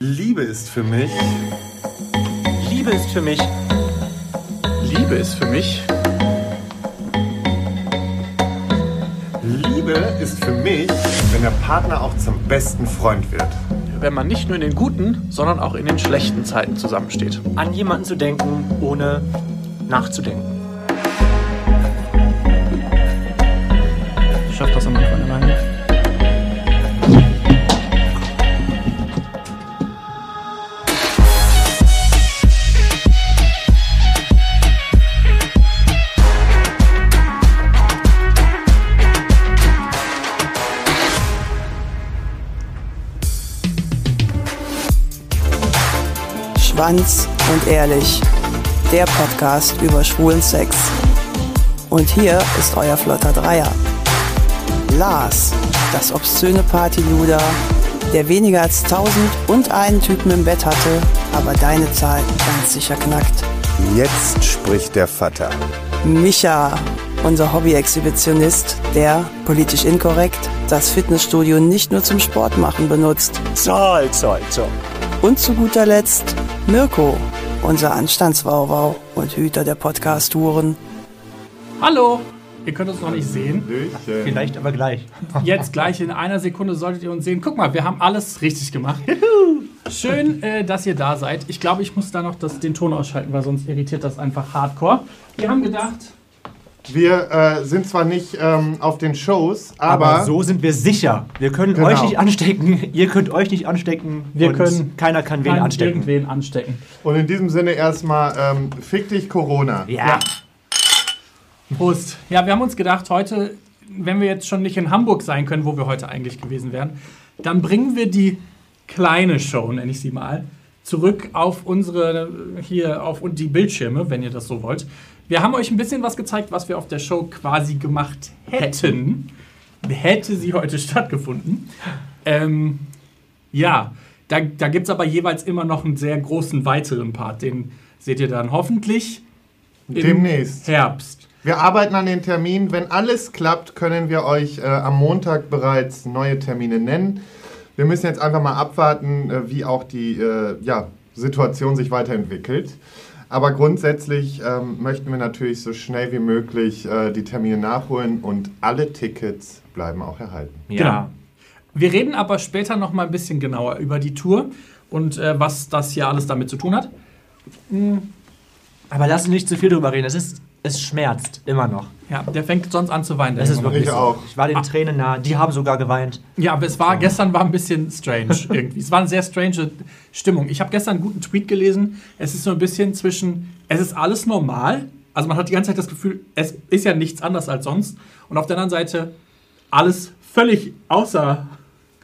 Liebe ist für mich. Liebe ist für mich. Liebe ist für mich. Liebe ist für mich, wenn der Partner auch zum besten Freund wird. Wenn man nicht nur in den guten, sondern auch in den schlechten Zeiten zusammensteht. An jemanden zu denken, ohne nachzudenken. Ich schaff das am Anfang alleine. Schwanz und Ehrlich, der Podcast über schwulen Sex. Und hier ist euer flotter Dreier. Lars, das obszöne Partyluder, der weniger als 1000 und einen Typen im Bett hatte, aber deine Zahl ganz sicher knackt. Jetzt spricht der Vater. Micha, unser Hobby-Exhibitionist, der, politisch inkorrekt, das Fitnessstudio nicht nur zum Sport machen benutzt. Zoll, Zoll, Zoll. Und zu guter Letzt Mirko, unser Anstandswauwau und Hüter der Podcast-Touren. Hallo! Ihr könnt uns noch nicht sehen. Vielleicht aber gleich. Jetzt gleich in einer Sekunde solltet ihr uns sehen. Guck mal, wir haben alles richtig gemacht. Schön, äh, dass ihr da seid. Ich glaube, ich muss da noch das, den Ton ausschalten, weil sonst irritiert das einfach hardcore. Wir haben gedacht, Wir äh, sind zwar nicht ähm, auf den Shows, aber, Aber so sind wir sicher. Wir können Genau. euch nicht anstecken, ihr könnt euch nicht anstecken. Wir und können Keiner kann wen kein anstecken. irgendwen anstecken. und in diesem Sinne erstmal ähm, fick dich Corona. Ja. Prost. Ja, wir haben uns gedacht, heute, wenn wir jetzt schon nicht in Hamburg sein können, wo wir heute eigentlich gewesen wären, dann bringen wir die kleine Show, nenne ich sie mal, zurück auf unsere, hier auf und die Bildschirme, wenn ihr das so wollt. Wir haben euch ein bisschen was gezeigt, was wir auf der Show quasi gemacht hätten, hätte sie heute stattgefunden. Ähm, ja, da, da gibt es aber jeweils immer noch einen sehr großen weiteren Part. Den seht ihr dann hoffentlich im Demnächst. Herbst. Wir arbeiten an den Termin. Wenn alles klappt, können wir euch äh, am Montag bereits neue Termine nennen. Wir müssen jetzt einfach mal abwarten, äh, wie auch die äh, ja, Situation sich weiterentwickelt. Aber grundsätzlich ähm, möchten wir natürlich so schnell wie möglich äh, die Termine nachholen und alle Tickets bleiben auch erhalten. Ja. Genau. Wir reden aber später noch mal ein bisschen genauer über die Tour und äh, was das hier alles damit zu tun hat. Aber lass uns nicht zu viel drüber reden. Es, ist, es schmerzt immer noch. Ja, der fängt sonst an zu weinen. der Es ist junge Mann. Ich wirklich so. auch. Ich war den Ah. Tränen nah. Die haben sogar geweint. ja, aber es war gestern war ein bisschen strange irgendwie. Es war eine sehr strange Stimmung. Ich habe gestern einen guten Tweet gelesen. Es ist so ein bisschen zwischen es ist alles normal, also man hat die ganze Zeit das Gefühl, es ist ja nichts anders als sonst und auf der anderen Seite alles völlig außer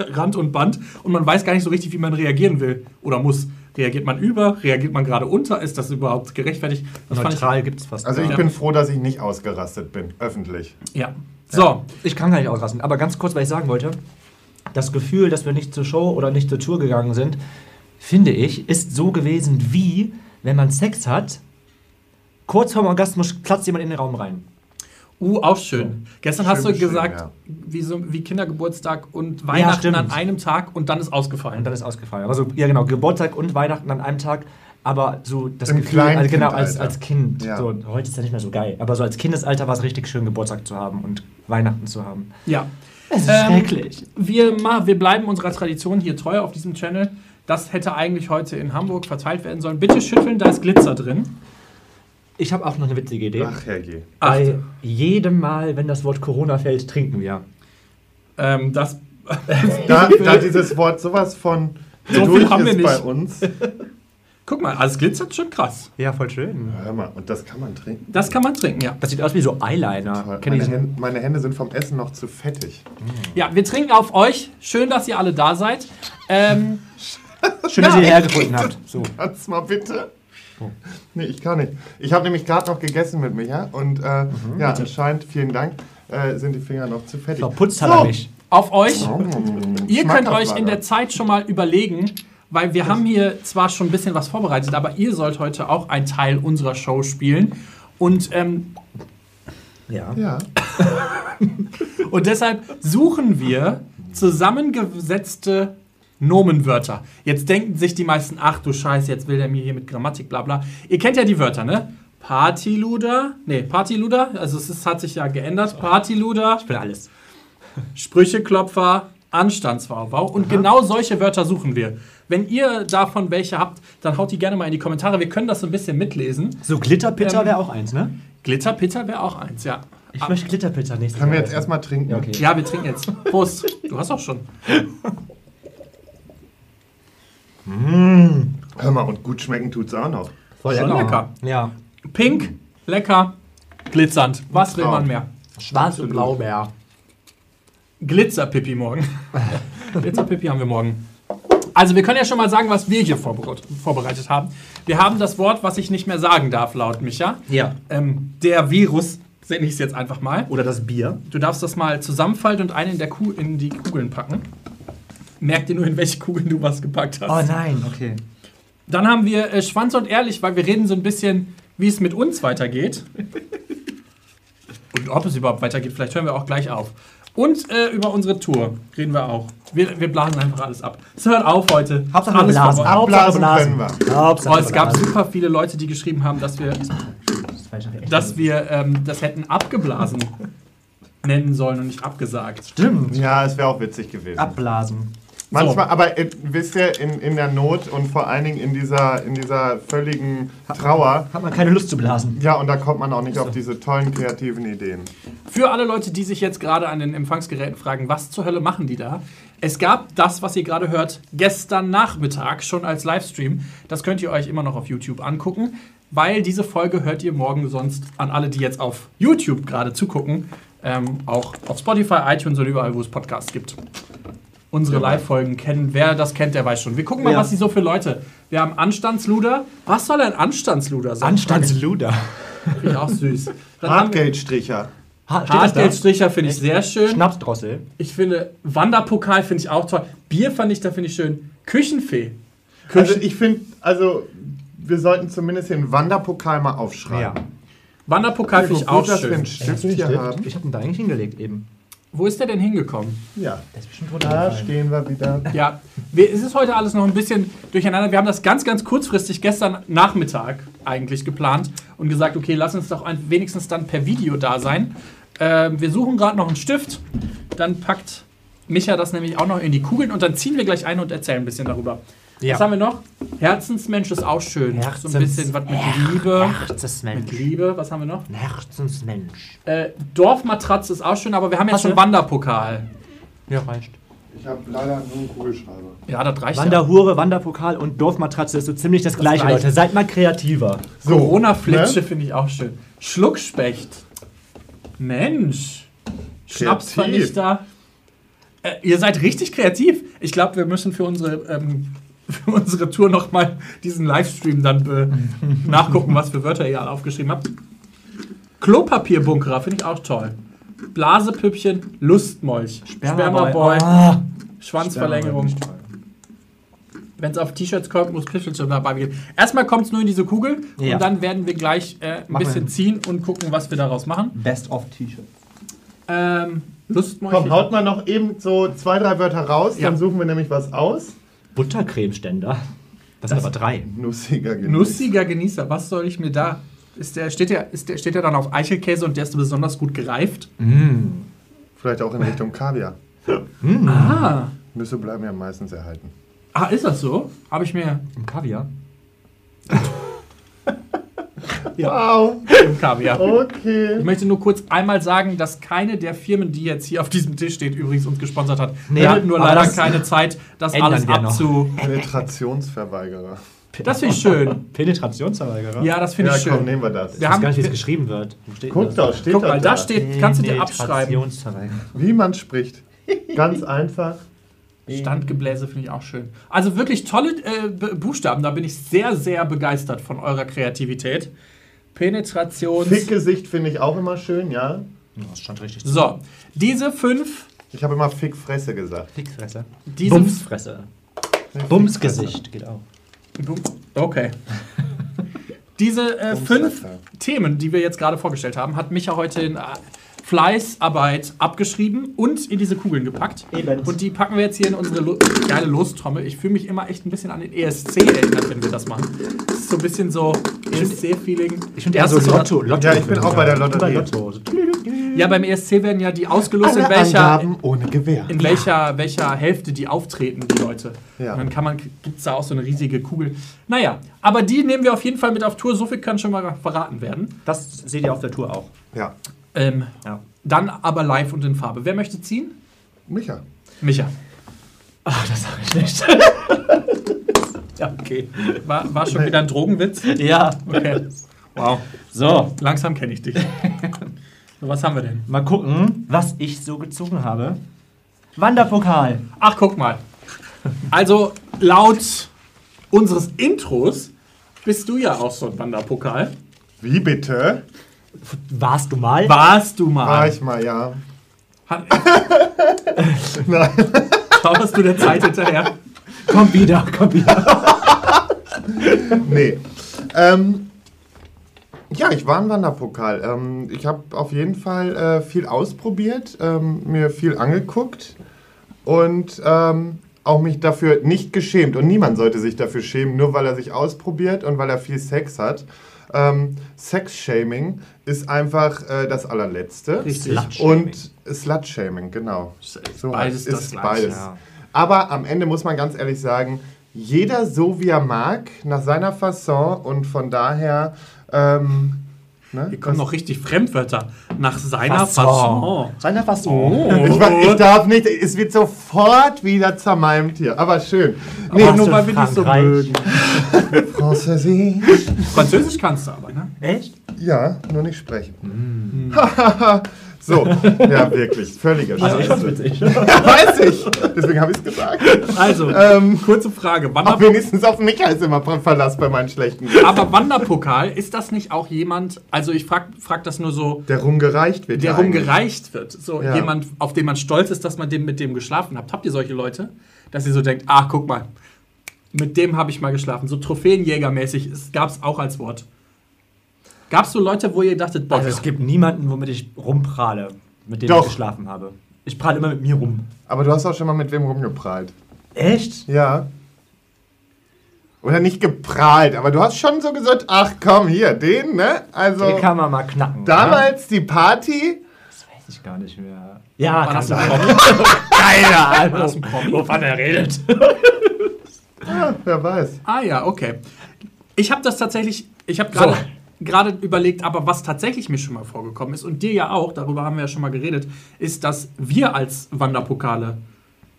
Rand und Band und man weiß gar nicht so richtig, wie man reagieren will oder muss. Reagiert man über? Reagiert man gerade unter? Ist das überhaupt gerechtfertigt? Das fand ich- Neutral gibt es fast. Also ich gar bin froh, dass ich nicht ausgerastet bin, öffentlich. Ja. So, nicht. ich kann gar nicht ausrasten. Aber ganz kurz, was ich sagen wollte. Das Gefühl, dass wir nicht zur Show oder nicht zur Tour gegangen sind, finde ich, ist so gewesen wie, wenn man Sex hat, kurz vorm Orgasmus platzt jemand in den Raum rein. uh, auch schön. Gestern hast du Schön, schön, gesagt, ja. wie, so, wie Kindergeburtstag und Weihnachten stimmt. an einem Tag und dann ist ausgefallen. Und dann ist ausgefallen. Also, ja genau, Geburtstag und Weihnachten an einem Tag, aber so das Im Gefühl, kleinen also, genau, als, Kindalter. als Kind. Ja. So, heute ist das nicht mehr so geil, aber so als Kindesalter war es richtig schön, Geburtstag zu haben und Weihnachten zu haben. ja. Es ist Ähm, schrecklich. Wir, ma- wir bleiben unserer Tradition hier treu auf diesem Channel. Das hätte eigentlich heute in Hamburg verteilt werden sollen. Bitte schütteln, da ist Glitzer drin. Ich habe auch noch eine witzige Idee. Ach, Herrje. Achte. Bei jedem Mal, wenn das Wort Corona fällt, trinken wir. Ähm, das, Da, da dieses Wort sowas von So viel haben wir ist nicht. bei uns. guck mal, alles glitzert schon krass. Ja, voll schön. Hör mal, und das kann man trinken. Das kann man trinken, ja. Das sieht aus wie so Eyeliner. Kennt ihr Meine, diesen- Hände, meine Hände sind vom Essen noch zu fettig. Ja, wir trinken auf euch. Schön, dass ihr alle da seid. Ähm, Schön, dass ihr hierher gefunden habt. So. Kannst mal bitte? Oh. Nee, ich kann nicht. Ich habe nämlich gerade noch gegessen mit Micha und äh, Mhm, ja, anscheinend, vielen Dank, äh, sind die Finger noch zu fettig. Verputzt hat er mich. auf euch. Mm, Ihr könnt euch Schmackhaftlager. in der Zeit schon mal überlegen, weil wir haben hier zwar schon ein bisschen was vorbereitet, aber ihr sollt heute auch einen Teil unserer Show spielen. Und, ähm, Ja. Ja, und deshalb suchen wir zusammengesetzte Nomenwörter. Jetzt denken sich die meisten, ach du Scheiße, jetzt will der mir hier mit Grammatik, bla bla. Ihr kennt ja die Wörter, ne? Partyluder, nee, Partyluder, also es ist, hat sich ja geändert. Partyluder, Ich will alles. Sprücheklopfer, Anstandsverbrauch. Und genau solche Wörter suchen wir. Wenn ihr davon welche habt, dann haut die gerne mal in die Kommentare. Wir können das so ein bisschen mitlesen. So Glitterpitter Ähm, wäre auch eins, ne? Glitterpitter wäre auch eins, ja. Ich möchte Glitterpitter nächstes Können wir Mal jetzt essen. erstmal trinken? Ja, okay. Ja, wir trinken jetzt. Prost. Du hast auch schon. Hör mal, und gut schmecken tut's auch noch. Voll Schon lecker. Ja. Pink, lecker, glitzernd. Was will man Braun. mehr? Schwarz und Blaubeer. Glitzerpippi morgen. Glitzerpippi haben wir morgen. Also wir können ja schon mal sagen, was wir hier vorbereitet vorbereitet haben. Wir haben das Wort, was ich nicht mehr sagen darf, laut Micha. Ja. Ähm, der Virus, nenne ich es jetzt einfach mal. Oder das Bier. Du darfst das mal zusammenfalten und einen in, der Ku in die Kugeln packen. Merk dir nur, in welche Kugeln du was gepackt hast. Oh nein, okay. Dann haben wir äh, Schwanz und Ehrlich, weil wir reden so ein bisschen, wie es mit uns weitergeht. und ob es überhaupt weitergeht, vielleicht hören wir auch gleich auf. Und äh, über unsere Tour reden wir auch. Wir, wir blasen einfach alles ab. Es hört auf heute. Hauptsache alles blasen. vorbei. Hauptsache Abblasen blasen. können wir. Hauptsache Oh, es gab blasen. super viele Leute, die geschrieben haben, dass wir, dass wir ähm, das hätten abgeblasen nennen sollen und nicht abgesagt. Stimmt. Ja, es wäre auch witzig gewesen. Abblasen. Manchmal, aber äh, wisst ihr, in, in der Not und vor allen Dingen in dieser, in dieser völligen Trauer, Hat man keine Lust zu blasen. ja, und da kommt man auch nicht auf diese tollen kreativen Ideen. Für alle Leute, die sich jetzt gerade an den Empfangsgeräten fragen, was zur Hölle machen die da? Es gab das, was ihr gerade hört, gestern Nachmittag schon als Livestream. Das könnt ihr euch immer noch auf YouTube angucken, weil diese Folge hört ihr morgen sonst an alle, die jetzt auf YouTube gerade zugucken, ähm, auch auf Spotify, iTunes und überall, wo es Podcasts gibt. Unsere Live-Folgen kennen. Wer das kennt, der weiß schon. Wir gucken mal, Ja. was die so für Leute. Wir haben Anstandsluder. Was soll ein Anstandsluder sein? Anstandsluder. Finde ich auch süß. Dann haben wir- Hardgeldstricher. Hardgeld. Hartgeldstricher finde ich sehr schön. Schnapsdrossel. Ich finde, Wanderpokal finde ich auch toll. Bier fand ich, da finde ich schön. Küchenfee. Also ich finde, also wir sollten zumindest den Wanderpokal mal aufschreiben. Wanderpokal finde ich auch dass wir schön. einen Stift hier haben. Äh, Ich habe ihn da eigentlich hingelegt eben. Wo ist der denn hingekommen? Ja, Der ist bestimmt da stehen wir wieder. Ja, wir, es ist heute alles noch ein bisschen durcheinander. Wir haben das ganz, ganz kurzfristig gestern Nachmittag eigentlich geplant und gesagt, okay, lass uns doch ein, wenigstens dann per Video da sein. Ähm, wir suchen gerade noch einen Stift. Dann packt Micha das nämlich auch noch in die Kugeln und dann ziehen wir gleich ein und erzählen ein bisschen darüber. Ja. Was haben wir noch? Herzensmensch ist auch schön. so ein Herzens- bisschen was mit Liebe. Mit Herzensmensch. Liebe, was haben wir noch? Herzensmensch. Äh, Dorfmatratze ist auch schön, aber wir haben jetzt Hast du? schon Wanderpokal. Ja, reicht. Ich habe leider nur einen Kugelschreiber. Ja, das reicht ja. Wanderhure, Wanderpokal und Dorfmatratze ist so ziemlich das gleiche, Gleiche. Leute. Seid mal kreativer. So, Corona-Flitsche ne? finde ich auch schön. Schluckspecht. Mensch. Schnapsvernichter. Äh, ihr seid richtig kreativ. Ich glaube, wir müssen für unsere, ähm, für unsere Tour nochmal diesen Livestream dann be- nachgucken, was für Wörter ihr alle aufgeschrieben habt. Klopapierbunkerer finde ich auch toll. Blasepüppchen, Lustmolch, Spermaboy, Ah, Schwanzverlängerung. Wenn es auf T-Shirts kommt, muss Pischelchen dabei geben. Erstmal kommt es nur in diese Kugel Ja. und dann werden wir gleich äh, ein Machen bisschen wir. ziehen und gucken, was wir daraus machen. Best of T-Shirt. Ähm, Lust mal. Komm, haut mal noch eben so zwei, drei Wörter raus, Ja. dann suchen wir nämlich was aus. Buttercremeständer. Das sind aber drei. Nussiger Genuss. Nussiger Genießer, was soll ich mir da? Ist der, steht, der, ist der, steht der dann auf Eichelkäse und der ist besonders gut gereift? Vielleicht auch in Richtung Kaviar. Hm. Mhm. Ah. Nüsse bleiben ja meistens erhalten. ah, ist das so? Habe ich mir Im Kaviar. Wow, im Kaviar. Ich okay. möchte nur kurz einmal sagen, dass keine der Firmen, die jetzt hier auf diesem Tisch steht, übrigens uns gesponsert hat. Nee, wir hatten nur aber leider das keine Zeit, das ändern alles wir noch. abzu. Penetrationsverweigerer. Das finde ich schön. Penetrationsverweigerer. Ja, das finde Ja, ich schön. komm, nehmen wir das. Wir Ich weiß haben, gar nicht, wie es wir, geschrieben wird. Wo steht Guck das? doch, steht guck doch mal, da. da steht, kannst du dir abschreiben. Penetrationsverweigerer. Wie man spricht. Ganz einfach. Standgebläse finde ich auch schön. Also wirklich tolle äh, B- Buchstaben, da bin ich sehr, sehr begeistert von eurer Kreativität. Penetrations. Fickgesicht finde ich auch immer schön, ja. Oh, Das stand richtig. So, diese fünf, Ich habe immer Fickfresse gesagt. Dickfresse. diese Bumsfresse. Bumsgesicht geht auch. Bum- Okay. Diese äh, fünf Bumsfresse. Themen, die wir jetzt gerade vorgestellt haben, hat Micha heute in äh, Fleißarbeit abgeschrieben und in diese Kugeln gepackt. Eben. Und die packen wir jetzt hier in unsere Lo geile Lostrommel. Ich fühle mich immer echt ein bisschen an den ESC erinnert, wenn wir das machen. Das ist so ein bisschen so E ESC-Feeling. Ich finde eher so Lotto. Lotto Ja, ich bin auch bei der Lotterie. Bei Lotto. So. Ja, beim ESC werden ja die ausgelost, in Alle welcher, Angaben ohne Gewehr. in welcher, welcher Hälfte die auftreten, die Leute. Ja. Und dann kann man, gibt es da auch so eine riesige Kugel. Naja, aber die nehmen wir auf jeden Fall mit auf Tour. So viel kann schon mal verraten werden. Das seht ihr auf der Tour auch. Ja. Ähm, Ja. dann aber live und in Farbe. Wer möchte ziehen? Micha. Micha. Ach, Ah, das sage ich nicht. ja, okay. War, war schon wieder ein Drogenwitz? Ja. Okay. Wow. So, Langsam kenne ich dich. So, was haben wir denn? mal gucken, was ich so gezogen habe. Wanderpokal. Ach, guck mal. Also, laut unseres Intros bist du ja auch so ein Wanderpokal. Wie bitte? Warst du mal? Warst du War mal. ich mal, ja. Ha- Schauderst du der Zeit hinterher? komm wieder, komm wieder. Nee. Ähm, ja, ich war im Wanderpokal. Ähm, ich habe auf jeden Fall äh, viel ausprobiert, ähm, mir viel angeguckt und ähm, auch mich dafür nicht geschämt. Und niemand sollte sich dafür schämen, nur weil er sich ausprobiert und weil er viel Sex hat. Ähm, Sex-Shaming ist einfach äh, das allerletzte. Richtig. Slut-Shaming. Und Slut-Shaming, genau. So Beides das Gleiche, ja. Aber am Ende muss man ganz ehrlich sagen, jeder so wie er mag, nach seiner Fasson und von daher. Ähm, ne? Hier Das- kommen noch richtig Fremdwörter. Nach seiner Fasson. Fasson. Oh. Seiner Fasson. Oh. ich, wa- ich darf nicht, es wird sofort wieder zermalmt hier. Aber schön. Nee, Warst nur du weil in wir dich so Frankreich? mögen. Französisch. Französisch kannst du aber, ne? Echt? Ja, nur nicht sprechen. Mm. so, ja, wirklich. Völliger Scheiß. Also, witzig. Äh, Weiß ich. Deswegen habe ich es gesagt. Also, Ähm, kurze Frage. Auch Wanderpokal. wenigstens auf mich ist immer Verlass bei meinen schlechten Aber Wanderpokal, ist das nicht auch jemand, also ich frag, frag das nur so, Der rumgereicht wird. der ja eigentlich. rumgereicht wird. So Ja. jemand, auf den man stolz ist, dass man dem, mit dem geschlafen hat. Habt ihr solche Leute? Dass ihr so denkt, ah, guck mal, mit dem habe ich mal geschlafen. So Trophäenjägermäßig gab es auch als Wort. Gab es so Leute, wo ihr dachtet, boah, Also es gibt niemanden, womit ich rumprahle, mit dem Doch. ich geschlafen habe. Ich prahle immer mit mir rum. Aber du hast auch schon mal mit wem rumgeprahlt. Echt? Ja. Oder nicht geprahlt, aber du hast schon so gesagt, ach komm, hier, den, ne? Also, Den kann man mal knacken. Ja? damals die Party. Das weiß ich gar nicht mehr. Ja, war kann das ein sein. Promi? Keine War das ein Ahnung. Promi? Wovon er redet. Ah, wer weiß. Ah ja, okay. Ich habe das tatsächlich, ich habe gerade So. gerade überlegt, aber was tatsächlich mir schon mal vorgekommen ist und dir ja auch, darüber haben wir ja schon mal geredet, ist, dass wir als Wanderpokale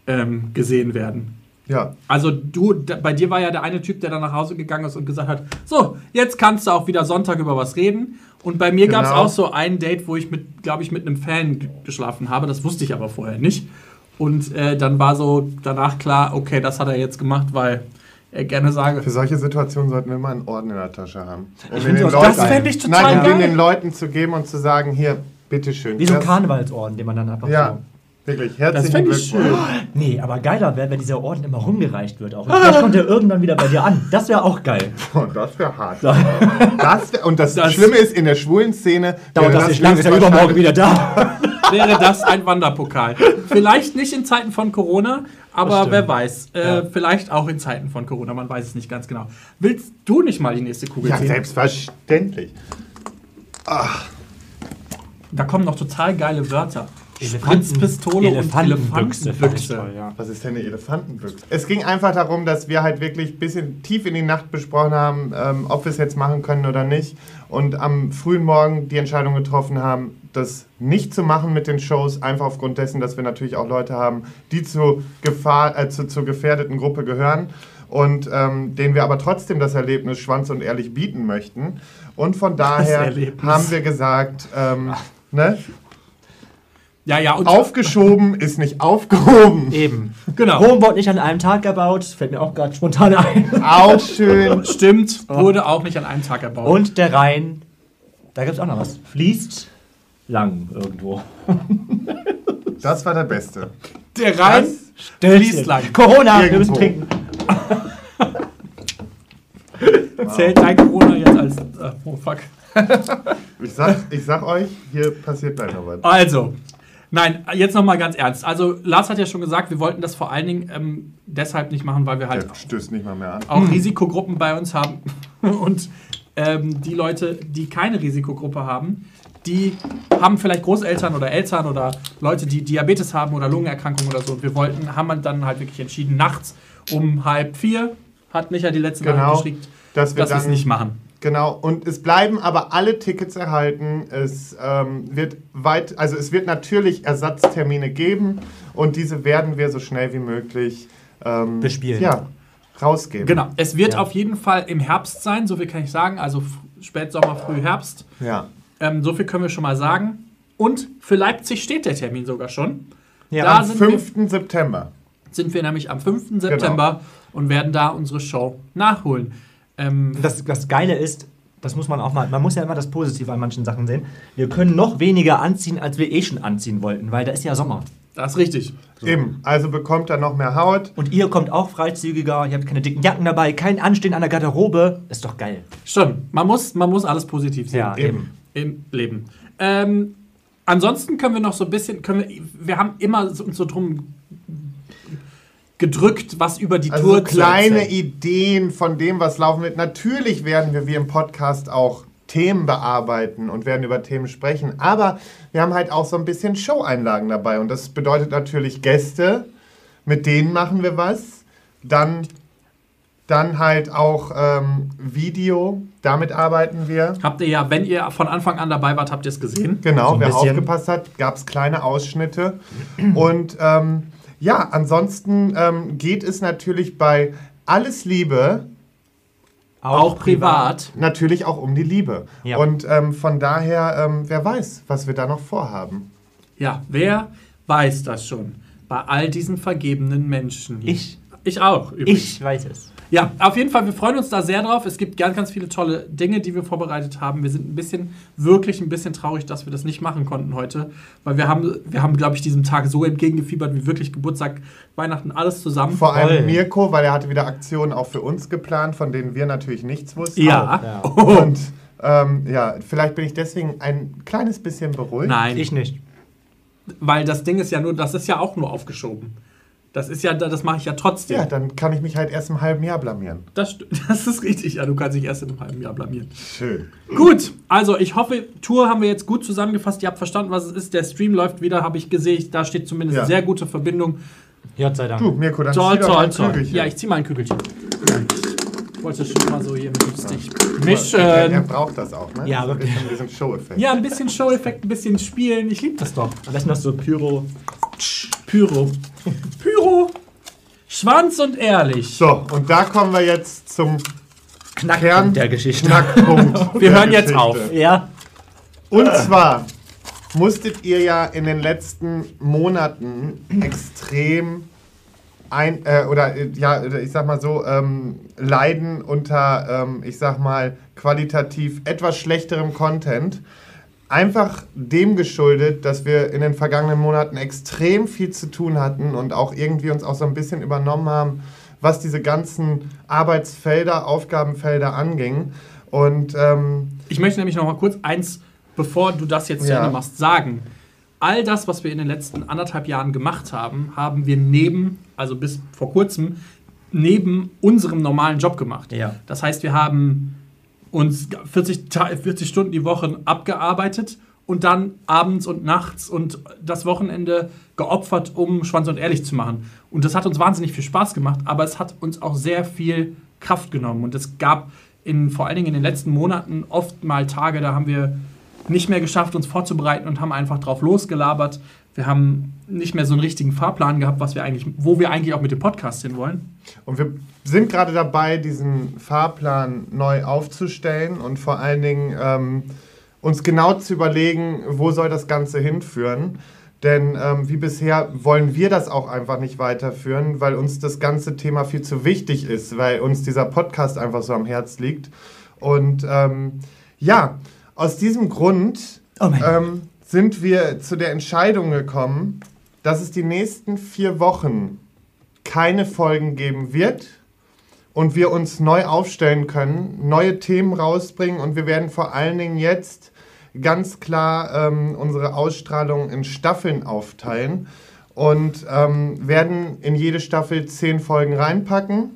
ähm, gesehen werden. Ja. Also du, da, bei dir war ja der eine Typ, der dann nach Hause gegangen ist und gesagt hat, so, jetzt kannst du auch wieder Sonntag über was reden. Und bei mir Genau. gab es auch so ein Date, wo ich mit, glaube ich, mit einem Fan g- geschlafen habe. Das wusste ich aber vorher nicht. Und äh, dann war so danach klar, okay, das hat er jetzt gemacht, weil er gerne sage, Für solche Situationen sollten wir immer einen Orden in der Tasche haben. Um find den das- Leuten- das fänd ich total Nein, um den, geil. den Leuten zu geben und zu sagen, hier, bitteschön. Wie so ein das- Karnevalsorden, den man dann einfach Ja, wirklich. Herzlichen fänd ich Glückwunsch. so... Nee, aber geiler wäre, wenn dieser Orden immer rumgereicht wird auch. Und Vielleicht kommt er irgendwann wieder bei dir an. Das wäre auch geil. Und Oh, das wäre hart. Das wär, und das, Schlimme ist, in der schwulen Szene Dauert wäre das nicht lange, ist er übermorgen wieder da. wäre das ein Wanderpokal. Vielleicht nicht in Zeiten von Corona, aber wer weiß. Äh, Vielleicht auch in Zeiten von Corona, man weiß es nicht ganz genau. Willst du nicht mal die nächste Kugel Ja, ziehen? selbstverständlich. Da kommen noch total geile Wörter. Elefanten- Spritzpistole und Elefantenbüchse fand ich toll, Elefantenbüchse. ja. Was ist denn eine Elefantenbüchse? Es ging einfach darum, dass wir halt wirklich ein bisschen tief in die Nacht besprochen haben, ähm, ob wir es jetzt machen können oder nicht. Und am frühen Morgen die Entscheidung getroffen haben, das nicht zu machen mit den Shows, einfach aufgrund dessen, dass wir natürlich auch Leute haben, die zu Gefahr, äh, zu, zur gefährdeten Gruppe gehören und ähm, denen wir aber trotzdem das Erlebnis schwanz und ehrlich bieten möchten. Und von daher Erlebnis. haben wir gesagt, ähm, ne, Ja, ja, und aufgeschoben ist nicht aufgehoben. Eben. genau. Rom wurde nicht an einem Tag erbaut. Fällt mir auch gerade spontan ein. Auch schön. Stimmt, wurde auch nicht an einem Tag erbaut. Oh. Und der Rhein, da gibt es auch noch was. Fließt lang irgendwo. Das war der Beste. der Rhein fließt lang. Corona, wir Irgendwo. müssen trinken. zählt dein Corona jetzt als. Äh, oh fuck. Ich sag, ich sag euch, hier passiert gleich noch was. Also, nein, jetzt nochmal ganz ernst. Also, Lars hat ja schon gesagt, wir wollten das vor allen Dingen ähm, deshalb nicht machen, weil wir halt Der stößt nicht mal mehr an. auch Risikogruppen bei uns haben. Und ähm, die Leute, die keine Risikogruppe haben, die haben vielleicht Großeltern oder Eltern oder Leute, die Diabetes haben oder Lungenerkrankungen oder so. Und wir wollten, haben dann halt wirklich entschieden, nachts um halb vier, hat Micha die letzte Genau, Nacht geschickt, dass wir dass wir es dann- nicht machen. Genau, und es bleiben aber alle Tickets erhalten. Es ähm, wird weit, also es wird natürlich Ersatztermine geben und diese werden wir so schnell wie möglich ähm, Bespielen. Ja, rausgeben. Genau, es wird Ja. auf jeden Fall im Herbst sein, so viel kann ich sagen, also f- Spätsommer, Frühherbst. Ja. Ähm, so viel können wir schon mal sagen. Und für Leipzig steht der Termin sogar schon. Ja, da Am sind wir, 5. September. sind wir nämlich am 5. September und werden da unsere Show nachholen. Ähm, das, das Geile ist, das muss man auch mal, man muss ja immer das Positive an manchen Sachen sehen. Wir können noch weniger anziehen, als wir eh schon anziehen wollten, weil da ist ja Sommer. das ist richtig. Eben, also bekommt er noch mehr Haut. Und ihr kommt auch freizügiger, ihr habt keine dicken Jacken dabei, kein Anstehen an der Garderobe. Ist doch geil. Schon. Man muss, man muss alles positiv sehen. Ja, eben. Im Leben. Ähm, ansonsten können wir noch so ein bisschen, können wir, wir haben immer so, uns so drum gedrückt, was über die Also Tour so kleine zu Ideen von dem, was laufen wird. Natürlich werden wir wie im Podcast auch Themen bearbeiten und werden über Themen sprechen. Aber wir haben halt auch so ein bisschen Show-Einlagen dabei. Und das bedeutet natürlich Gäste, mit denen machen wir was. Dann, dann halt auch ähm, Video, damit arbeiten wir. Habt ihr ja, wenn ihr von Anfang an dabei wart, habt ihr es gesehen. Genau, So ein wer bisschen. aufgepasst hat, gab es kleine Ausschnitte. Und ähm, ja, ansonsten ähm, geht es natürlich bei Alles Liebe Auch privat. natürlich auch um die Liebe. Ja. Und ähm, von daher, ähm, wer weiß, was wir da noch vorhaben. Ja, wer weiß das schon? Bei all diesen vergebenen Menschen. Ich. Ich auch, übrigens. Ich weiß es. Ja, auf jeden Fall, wir freuen uns da sehr drauf. Es gibt ganz, ganz viele tolle Dinge, die wir vorbereitet haben. Wir sind ein bisschen, wirklich ein bisschen traurig, dass wir das nicht machen konnten heute. Weil wir haben, wir haben, glaube ich, diesem Tag so entgegengefiebert, wie wirklich Geburtstag, Weihnachten, alles zusammen. Vor allem Voll. Mirko, weil er hatte wieder Aktionen auch für uns geplant, von denen wir natürlich nichts wussten. ja. Oh. Und ähm, ja, vielleicht bin ich deswegen ein kleines bisschen beruhigt. Nein. Ich nicht. Weil das Ding ist ja nur, das ist ja auch nur aufgeschoben. Das ist ja, das mache ich ja trotzdem. Ja, dann kann ich mich halt erst im halben Jahr blamieren. Das, st- das ist richtig. Ja, du kannst dich erst in einem halben Jahr blamieren. Schön. Gut, also ich hoffe, Tour haben wir jetzt gut zusammengefasst. Ihr habt verstanden, was es ist. Der Stream läuft wieder, habe ich gesehen. Da steht zumindest Ja. sehr gute Verbindung. Gott sei Dank. Du, Mirko, dann Toll, zieh doch mal toll, ein toll. Kügelchen. Ja, ich zieh mal ein Kügelchen. Ich wollte schon mal so hier mit dem Stick er, er mischen. braucht das auch, ne? Ja, Das ist wirklich. ein bisschen Show-Effekt. ähm, Ja, ein bisschen Show-Effekt, ein bisschen spielen. Ich liebe das doch. Am besten noch so Pyro. Pyro. Pyro. Schwanz und ehrlich. So, und da kommen wir jetzt zum Kern Knackern der Geschichte. Knackpunkt. Wir der hören jetzt Geschichte. auf. Ja. Und zwar musstet ihr ja in den letzten Monaten extrem ein äh, oder äh, ja oder ich sag mal so ähm, leiden unter ähm, ich sag mal qualitativ etwas schlechterem Content einfach dem geschuldet, dass wir in den vergangenen Monaten extrem viel zu tun hatten und auch irgendwie uns auch so ein bisschen übernommen haben, was diese ganzen Arbeitsfelder, Aufgabenfelder anging und ähm, Ich möchte nämlich noch mal kurz eins, bevor du das jetzt zu Ja. Ende machst, sagen. All das, was wir in den letzten anderthalb Jahren gemacht haben, haben wir neben, also bis vor kurzem, neben unserem normalen Job gemacht. Ja. Das heißt, wir haben uns 40, Ta- 40 Stunden die Woche abgearbeitet und dann abends und nachts und das Wochenende geopfert, um Schwanz und Ehrlich zu machen. Und das hat uns wahnsinnig viel Spaß gemacht, aber es hat uns auch sehr viel Kraft genommen. Und es gab in, vor allen Dingen in den letzten Monaten oft mal Tage, da haben wir nicht mehr geschafft, uns vorzubereiten und haben einfach drauf losgelabert. Wir haben nicht mehr so einen richtigen Fahrplan gehabt, was wir eigentlich, wo wir eigentlich auch mit dem Podcast hinwollen. Und wir sind gerade dabei, diesen Fahrplan neu aufzustellen und vor allen Dingen ähm, uns genau zu überlegen, wo soll das Ganze hinführen. Denn ähm, wie bisher wollen wir das auch einfach nicht weiterführen, weil uns das ganze Thema viel zu wichtig ist, weil uns dieser Podcast einfach so am Herz liegt. Und ähm, ja, aus diesem Grund Oh mein Gott. ähm, sind wir zu der Entscheidung gekommen, dass es die nächsten vier Wochen keine Folgen geben wird und wir uns neu aufstellen können, neue Themen rausbringen und wir werden vor allen Dingen jetzt ganz klar ähm, unsere Ausstrahlung in Staffeln aufteilen und ähm, werden in jede Staffel zehn Folgen reinpacken.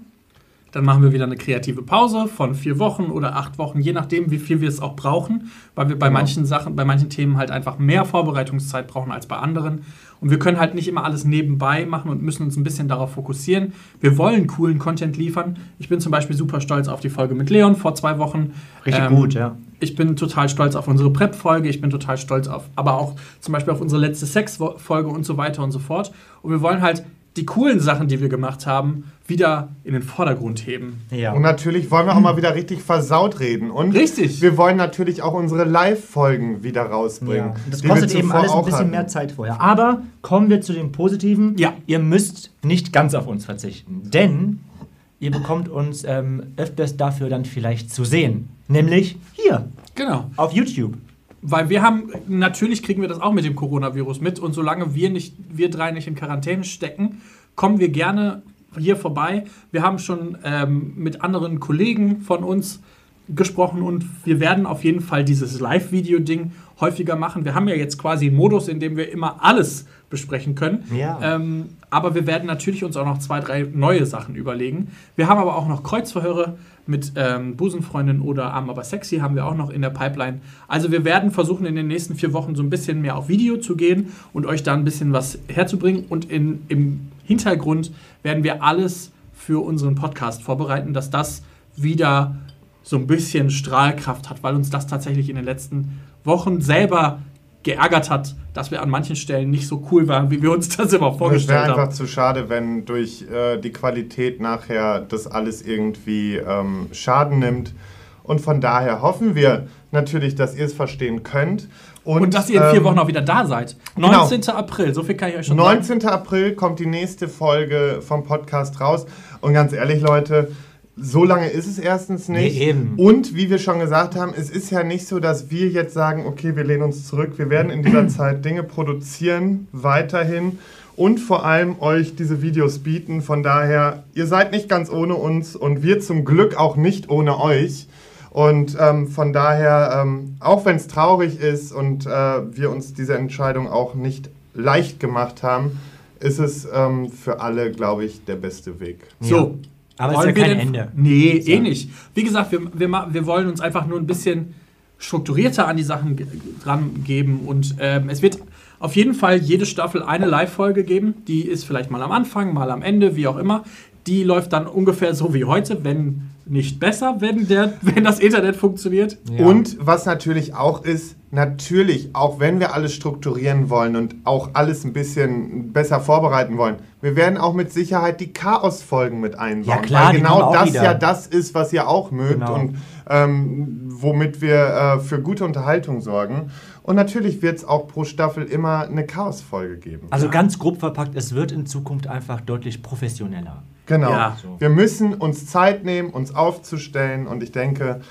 Dann machen wir wieder eine kreative Pause von vier Wochen oder acht Wochen, je nachdem, wie viel wir es auch brauchen, weil wir bei Genau. manchen Sachen, bei manchen Themen halt einfach mehr Vorbereitungszeit brauchen als bei anderen. Und wir können halt nicht immer alles nebenbei machen und müssen uns ein bisschen darauf fokussieren. Wir wollen coolen Content liefern. Ich bin zum Beispiel super stolz auf die Folge mit Leon vor zwei Wochen. Richtig Ähm, gut, ja. Ich bin total stolz auf unsere Prep-Folge, ich bin total stolz auf, aber auch zum Beispiel auf unsere letzte Sex-Folge und so weiter und so fort. Und wir wollen halt die coolen Sachen, die wir gemacht haben, wieder in den Vordergrund heben. Und Ja. natürlich wollen wir auch mal wieder richtig versaut reden. Und Richtig. wir wollen natürlich auch unsere Live-Folgen wieder rausbringen. Ja. Das die wir kostet eben zuvor alles ein auch bisschen hatten. mehr Zeit vorher. Aber kommen wir zu dem Positiven. Ja. Ihr müsst nicht ganz auf uns verzichten, denn ihr bekommt uns ähm, öfters dafür dann vielleicht zu sehen. Nämlich hier Genau. auf YouTube. Weil wir haben, natürlich kriegen wir das auch mit dem Coronavirus mit und solange wir nicht, wir drei nicht in Quarantäne stecken, kommen wir gerne hier vorbei. Wir haben schon ähm, mit anderen Kollegen von uns gesprochen und wir werden auf jeden Fall dieses Live-Video-Ding häufiger machen. Wir haben ja jetzt quasi einen Modus, in dem wir immer alles besprechen können. Ja. Ähm, aber wir werden natürlich uns auch noch zwei, drei neue Sachen überlegen. Wir haben aber auch noch Kreuzverhöre mit ähm, Busenfreundin oder Arm aber sexy haben wir auch noch in der Pipeline. Also wir werden versuchen, in den nächsten vier Wochen so ein bisschen mehr auf Video zu gehen und euch da ein bisschen was herzubringen. Und in, im Hintergrund werden wir alles für unseren Podcast vorbereiten, dass das wieder so ein bisschen Strahlkraft hat, weil uns das tatsächlich in den letzten Wochen selber geärgert hat, dass wir an manchen Stellen nicht so cool waren, wie wir uns das immer Es wäre vorgestellt einfach haben. zu schade, wenn durch äh, die Qualität nachher das alles irgendwie ähm, Schaden nimmt. Und von daher hoffen wir natürlich, dass ihr es verstehen könnt. Und dass ihr in vier ähm, Wochen auch wieder da seid. 19. April, so viel kann ich euch schon sagen. 19. April kommt die nächste Folge vom Podcast raus. Und ganz ehrlich, Leute, so lange ist es erstens nicht. Nee, eben. Und wie wir schon gesagt haben, es ist ja nicht so, dass wir jetzt sagen, okay, wir lehnen uns zurück. Wir werden in dieser Zeit Dinge produzieren, weiterhin. Und vor allem euch diese Videos bieten. Von daher, ihr seid nicht ganz ohne uns und wir zum Glück auch nicht ohne euch. Und ähm, von daher, ähm, auch wenn es traurig ist und äh, wir uns diese Entscheidung auch nicht leicht gemacht haben, ist es ähm, für alle, glaube ich, der beste Weg. So. Aber es ist ja Wollen wir kein denn- Ende. Nee, eh nicht. Wie gesagt, wir, wir, ma- wir wollen uns einfach nur ein bisschen strukturierter an die Sachen ge- dran geben. Und ähm, es wird auf jeden Fall jede Staffel eine Live-Folge geben. Die ist vielleicht mal am Anfang, mal am Ende, wie auch immer. Die läuft dann ungefähr so wie heute, wenn nicht besser, wenn, der, wenn das Internet funktioniert. Ja. Und was natürlich auch ist, natürlich, auch wenn wir alles strukturieren wollen und auch alles ein bisschen besser vorbereiten wollen, wir werden auch mit Sicherheit die Chaos-Folgen mit einbauen. Ja, klar, weil die genau kommen auch das wieder. ja das ist, was ihr auch mögt Genau. und ähm, womit wir äh, für gute Unterhaltung sorgen. Und natürlich wird es auch pro Staffel immer eine Chaos-Folge geben. Also ganz grob verpackt, es wird in Zukunft einfach deutlich professioneller. Genau. Ja. Wir müssen uns Zeit nehmen, uns aufzustellen und ich denke,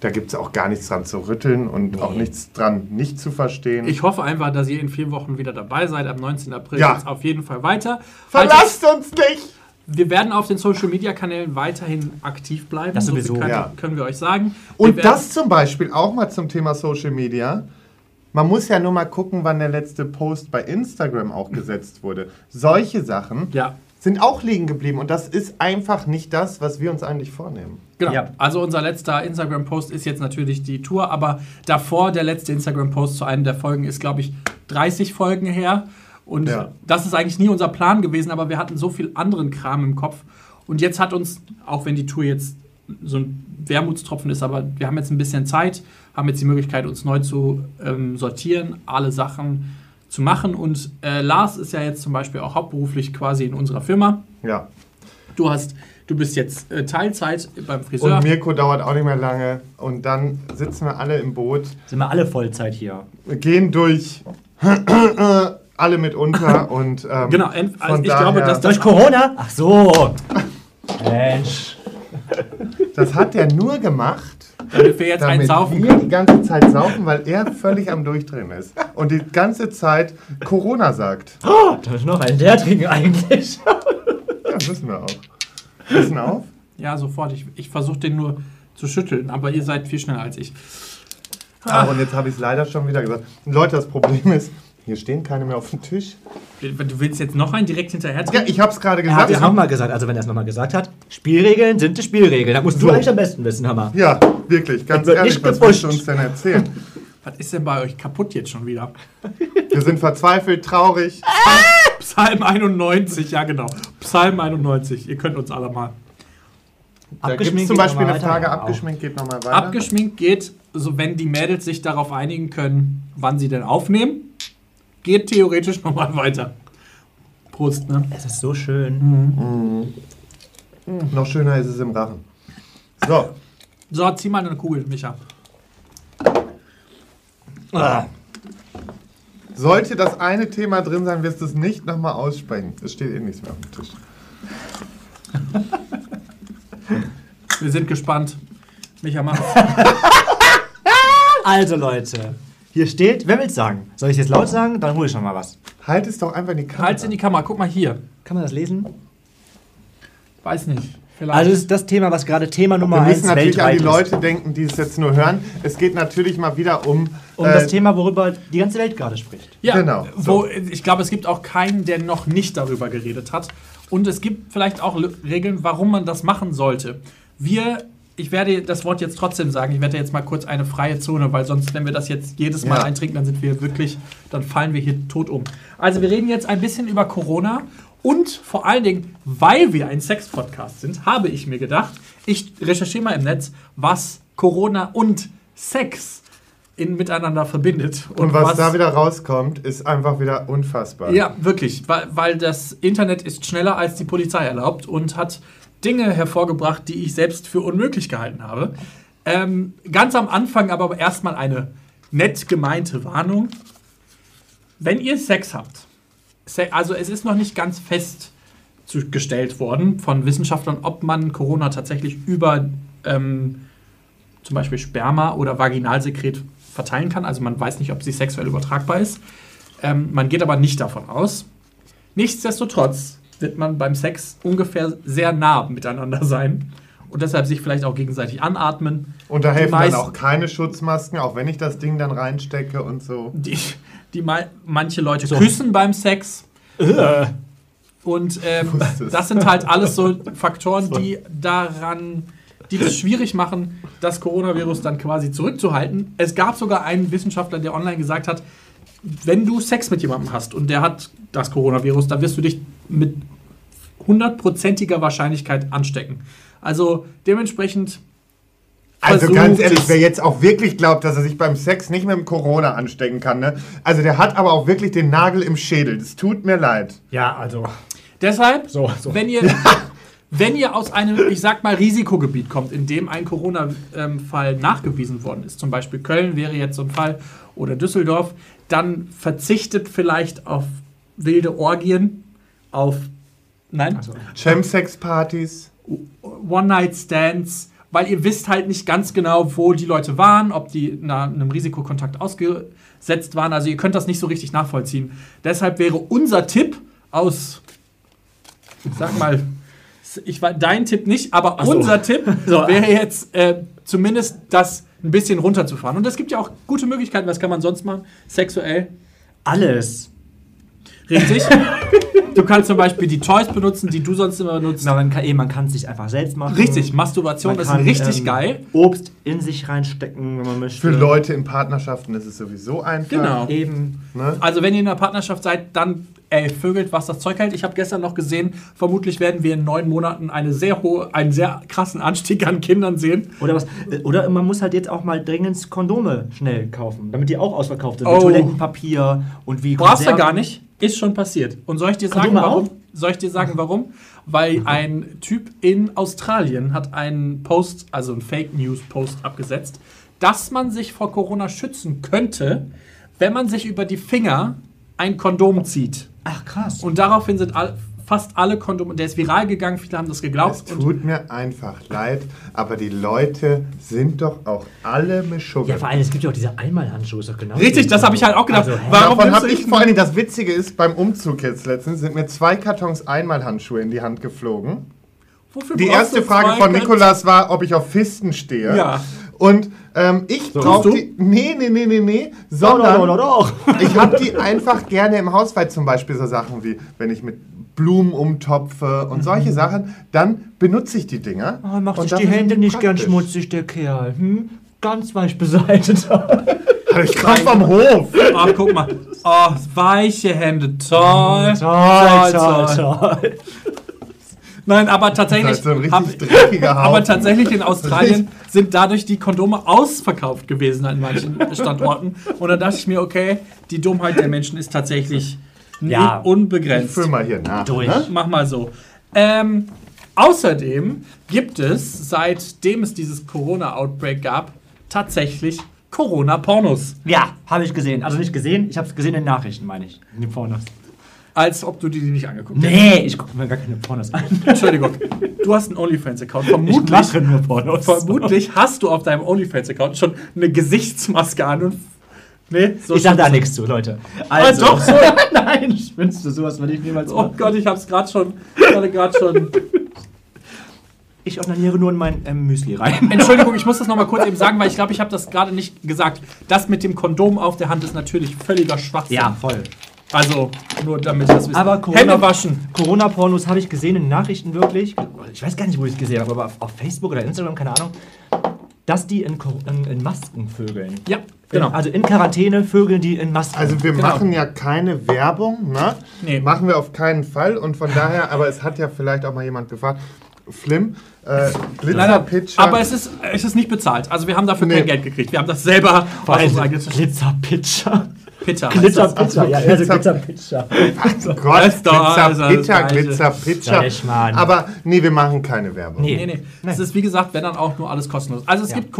da gibt es auch gar nichts dran zu rütteln und auch nichts dran nicht zu verstehen. Ich hoffe einfach, dass ihr in vier Wochen wieder dabei seid. Am 19. April Ja. geht es auf jeden Fall weiter. Also, Verlasst uns nicht! Wir werden auf den Social Media Kanälen weiterhin aktiv bleiben. Das So viel sowieso. kann, Ja. können wir euch sagen. Wir Und werden- das zum Beispiel auch mal zum Thema Social Media. Man muss ja nur mal gucken, wann der letzte Post bei Instagram auch gesetzt wurde. Solche Sachen Ja, sind auch liegen geblieben und das ist einfach nicht das, was wir uns eigentlich vornehmen. genau. Ja. Also unser letzter Instagram Post ist jetzt natürlich die Tour, aber davor der letzte Instagram Post zu einem der Folgen ist glaube ich 30 Folgen her und Ja. das ist eigentlich nie unser Plan gewesen, aber wir hatten so viel anderen Kram im Kopf und jetzt hat uns auch wenn die Tour jetzt so ein Wermutstropfen ist, aber wir haben jetzt ein bisschen Zeit, haben jetzt die Möglichkeit uns neu zu ähm, sortieren, alle Sachen zu machen und äh, Lars ist ja jetzt zum Beispiel auch hauptberuflich quasi in unserer Firma. Ja. Du hast, du bist jetzt äh, Teilzeit beim Friseur. Und Mirko dauert auch nicht mehr lange und dann sitzen wir alle im Boot, Sind wir alle Vollzeit hier. gehen durch alle mit unter und ähm, Genau, ent- also von ich glaube, daher- dass das- Durch Corona? Ach so. Mensch. das hat er nur gemacht, damit wir jetzt damit einen saufen wir können. die ganze Zeit saufen, weil er völlig am Durchdrehen ist und die ganze Zeit Corona sagt. Oh, da ist noch ein Leer trinken eigentlich. Ja, müssen wir auch. Müssen auf? Ja, sofort. Ich, ich versuche den nur zu schütteln, aber ihr seid viel schneller als ich. Ah, und jetzt habe ich es leider schon wieder gesagt. Leute, das Problem ist, hier stehen keine mehr auf dem Tisch. Du willst jetzt noch einen direkt hinterher Ja, ich habe es gerade Er hat gesagt. es nochmal gesagt, also wenn er es nochmal gesagt hat, Spielregeln sind die Spielregeln. Da musst du So. eigentlich am besten wissen, Hammer. ja, wirklich, ganz wird ehrlich, nicht was willst du gepusht. uns denn erzählen? Was ist denn bei euch kaputt jetzt schon wieder? Wir sind verzweifelt, traurig. Psalm 91, ja genau. Psalm 91, ihr könnt uns alle mal. Da Abgeschminkt gibt es zum geht Beispiel nochmal eine weiter. Frage, Auch. abgeschminkt geht nochmal weiter. Abgeschminkt geht, so wenn die Mädels sich darauf einigen können, wann sie denn aufnehmen, geht theoretisch nochmal weiter. Prost, ne? Es ist so schön. Mhm. Noch schöner ist es im Rachen. So, So, zieh mal eine Kugel, Micha. Ah. sollte das eine Thema drin sein, wirst du es nicht nochmal aussprechen. Es steht eh nichts mehr auf dem Tisch. Wir sind gespannt. Micha, mach. Also Leute, hier steht, wer will's sagen? Soll ich jetzt laut sagen? Dann hole ich schon mal was. Halt es doch einfach in die Kamera. Halt's in die Kamera, guck mal hier. Kann man das lesen? Weiß nicht. Vielleicht. Also es ist das Thema, was gerade Thema Nummer Wir 1 müssen natürlich an weltweit die ist. Leute denken, die es jetzt nur hören. Es geht natürlich mal wieder um, Um das Thema, worüber die ganze Welt gerade spricht. ja, genau, Wo, ich glaube, es gibt auch keinen, der noch nicht darüber geredet hat. Und es gibt vielleicht auch L- Regeln, warum man das machen sollte. Wir, ich werde das Wort jetzt trotzdem sagen, ich werde jetzt mal kurz eine freie Zone, weil sonst, wenn wir das jetzt jedes Mal Ja. eintrinken, dann sind wir wirklich, dann fallen wir hier tot um. Also wir reden jetzt ein bisschen über Corona und vor allen Dingen, weil wir ein Sex-Podcast sind, habe ich mir gedacht, ich recherchiere mal im Netz, was Corona und Sex in, miteinander verbindet. und um was, da wieder rauskommt, ist einfach wieder unfassbar. Ja, wirklich, weil, weil das Internet ist schneller als die Polizei erlaubt und hat Dinge hervorgebracht, die ich selbst für unmöglich gehalten habe. Ähm, ganz am Anfang aber erstmal eine nett gemeinte Warnung. Wenn ihr Sex habt, Se- also es ist noch nicht ganz fest zu- gestellt worden von Wissenschaftlern, ob man Corona tatsächlich über ähm, zum Beispiel Sperma oder Vaginalsekret verteilen kann. Also man weiß nicht, ob sie sexuell übertragbar ist. Ähm, man geht aber nicht davon aus. Nichtsdestotrotz wird man beim Sex ungefähr sehr nah miteinander sein und deshalb sich vielleicht auch gegenseitig anatmen. Und da helfen Die dann meisten- auch keine Schutzmasken, auch wenn ich das Ding dann reinstecke und so. Die, die mal, manche Leute küssen beim Sex. Äh, Und ähm, Äh. Wusste es. das sind halt alles so Faktoren, die daran, die es schwierig machen, das Coronavirus dann quasi zurückzuhalten. Es gab sogar einen Wissenschaftler, der online gesagt hat, wenn du Sex mit jemandem hast und der hat das Coronavirus, dann wirst du dich mit hundertprozentiger Wahrscheinlichkeit anstecken. Also dementsprechend Also Versucht ganz ehrlich, es. wer jetzt auch wirklich glaubt, dass er sich beim Sex nicht mit dem Corona anstecken kann, ne? Also der hat aber auch wirklich den Nagel im Schädel. Das tut mir leid. Ja, also. Deshalb, So, so. wenn ihr. Wenn ihr aus einem, ich sag mal, Risikogebiet kommt, in dem ein Corona-Fall nachgewiesen worden ist, zum Beispiel Köln wäre jetzt so ein Fall oder Düsseldorf, dann verzichtet vielleicht auf wilde Orgien, auf, nein, Chemsex-Partys. One-Night-Stands, weil ihr wisst halt nicht ganz genau, wo die Leute waren, ob die na, einem Risikokontakt ausgesetzt waren. Also ihr könnt das nicht so richtig nachvollziehen. Deshalb wäre unser Tipp aus, ich sag mal, ich war dein Tipp nicht, aber unser Tipp wäre jetzt äh, zumindest das ein bisschen runterzufahren. Und es gibt ja auch gute Möglichkeiten, was kann man sonst machen? Sexuell, Alles. richtig. du kannst zum Beispiel die Toys benutzen, die du sonst immer benutzt. Na, man kann eh, man kann es sich einfach selbst machen. Richtig, Masturbation Man ist kann, richtig ähm, geil. Obst in sich reinstecken, wenn man möchte. Für Leute in Partnerschaften ist es sowieso einfach. Genau. Eben. Ne? Also wenn ihr in einer Partnerschaft seid, dann ey, vögelt, was das Zeug hält. Ich habe gestern noch gesehen, vermutlich werden wir in neun Monaten eine sehr hohe, einen sehr krassen Anstieg an Kindern sehen. Oder, was, oder man muss halt jetzt auch mal dringend Kondome schnell kaufen, damit die auch ausverkauft sind. Oh. Mit Toilettenpapier und wie Brauchst du Konserven. gar nicht. Ist schon passiert. Und soll ich dir sagen, Kondome warum? auch? Soll ich dir sagen, warum? Weil ein Typ in Australien hat einen Post, also einen Fake News Post abgesetzt, dass man sich vor Corona schützen könnte, wenn man sich über die Finger ein Kondom zieht. Ach krass. Und daraufhin sind all, fast alle Kondome, der ist viral gegangen, viele haben das Es geglaubt. Und tut mir einfach leid, aber die Leute sind doch auch alle Mischugge. ja, vor allem, es gibt ja auch diese Einmalhandschuhe. ist doch Genau richtig, die- das habe ich halt auch gedacht. Also, hä? Warum Davon nimmst habe du ich nicht vor allen Dingen das Witzige ist, beim Umzug jetzt letztens sind mir zwei Kartons Einmalhandschuhe in die Hand geflogen. Wofür Die brauchst erste du Frage zwei von Götter? Nikolas war, ob ich auf Fisten stehe. Ja. Und ähm, ich So. brauche Tust du? die. Nee, nee, nee, nee, nee. Doch, doch, Sondern doch, doch, doch. ich habe die einfach gerne im Haus, weil zum Beispiel so Sachen wie, wenn ich mit Blumen umtopfe Mhm. und solche Sachen, dann benutze ich die Dinger. Oh, macht Und sich dann die sind Hände nicht gern praktisch. schmutzig, der Kerl. Hm? Ganz weich Äh, beseitigt. Alter, Ich komme vom Hof. Oh, guck mal. Oh, weiche Hände. Toll. Toll, toll, toll. Nein, aber Das ist halt tatsächlich. Also so ein richtig hab, dreckiger Haufen. aber tatsächlich in Australien sind dadurch die Kondome ausverkauft gewesen an manchen Standorten. Und da dachte ich mir, okay, die Dummheit der Menschen ist tatsächlich Ja. nicht unbegrenzt. Füll mal hier nach. Durch. Ne? Mach mal so. Ähm, außerdem gibt es, seitdem es dieses Corona-Outbreak gab, tatsächlich Corona-Pornos. Ja, habe ich gesehen. Also nicht gesehen, ich habe es gesehen in den Nachrichten, meine ich. In den Pornos. Als ob du die nicht angeguckt hättest. Nee, ich gucke mir gar keine Pornos an. Entschuldigung. Du hast einen OnlyFans-Account. Ich Vermutlich, mache nur Pornos. vermutlich hast du auf deinem OnlyFans-Account schon eine Gesichtsmaske an und. Nee, so Ich sag da nichts zu, Leute. Also. doch, so. Nein, spinnst du, sowas würde ich niemals Oh machen. Gott, ich hab's gerade schon. Ich hatte grad schon. Ich ordiniere nur in mein ähm, Müsli rein. Entschuldigung, ich muss das nochmal kurz eben sagen, weil ich glaube, ich habe das gerade nicht gesagt. Das mit dem Kondom auf der Hand ist natürlich völliger Schwachsinn. voll. Also, nur damit das wisst. Aber Corona- Hände waschen. Corona-Pornos habe ich gesehen in den Nachrichten wirklich. Ich weiß gar nicht, wo ich es gesehen habe, aber auf, auf Facebook oder Instagram, keine Ahnung. Dass die in, Cor- in, in Masken vögeln. Ja, genau. In, also in Quarantäne vögeln die in Masken. Also wir Genau. machen ja keine Werbung, ne? Nee. Machen wir auf keinen Fall. Und von daher, aber es hat ja vielleicht auch mal jemand gefragt, Flim, äh, Leider, Glitzer-Pitcher. aber es ist, es ist nicht bezahlt. Also wir haben dafür Nee. kein Geld gekriegt. Wir haben das selber Vor allem unserer eigenen Glitzer-Pitcher. Pitter. heißt das. Glitzer-Pitcher, ja, also Glitzer-Pitcher. Gott, Das ist doch alles Glitzer, Pitcher, das Gleiche. Glitzer, Pitcher. Sag ich mal. Aber nee, wir machen keine Werbung. Nee. Nee, nee. Nein. Es ist wie gesagt, wenn dann auch nur alles kostenlos. Also es Ja. gibt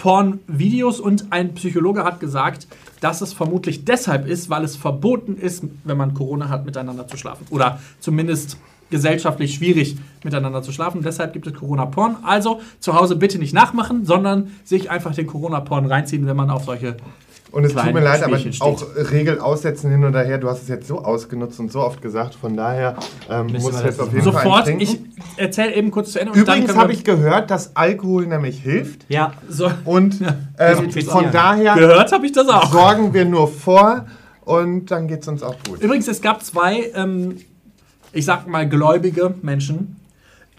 Corona-Porn-Videos und ein Psychologe hat gesagt, dass es vermutlich deshalb ist, weil es verboten ist, wenn man Corona hat, miteinander zu schlafen. Oder zumindest gesellschaftlich schwierig miteinander zu schlafen. Deshalb gibt es Corona-Porn. Also zu Hause bitte nicht nachmachen, sondern sich einfach den Corona-Porn reinziehen, wenn man auf solche Und es tut Kleine mir leid, aber Spielchen steht. auch Regel aussetzen hin oder her. Du hast es jetzt so ausgenutzt und so oft gesagt. Von daher ähm, Müssen muss wir ich das jetzt auf machen. jeden Fall sofort. trinken. Ich erzähle eben kurz zu Ende. und dann Übrigens können wir- habe ich gehört, dass Alkohol nämlich hilft. Ja, so, Und ähm, von desinfizieren. daher gehört habe ich das auch. sorgen wir nur vor und dann geht es uns auch gut. Übrigens, es gab zwei, ähm, ich sag mal, gläubige Menschen,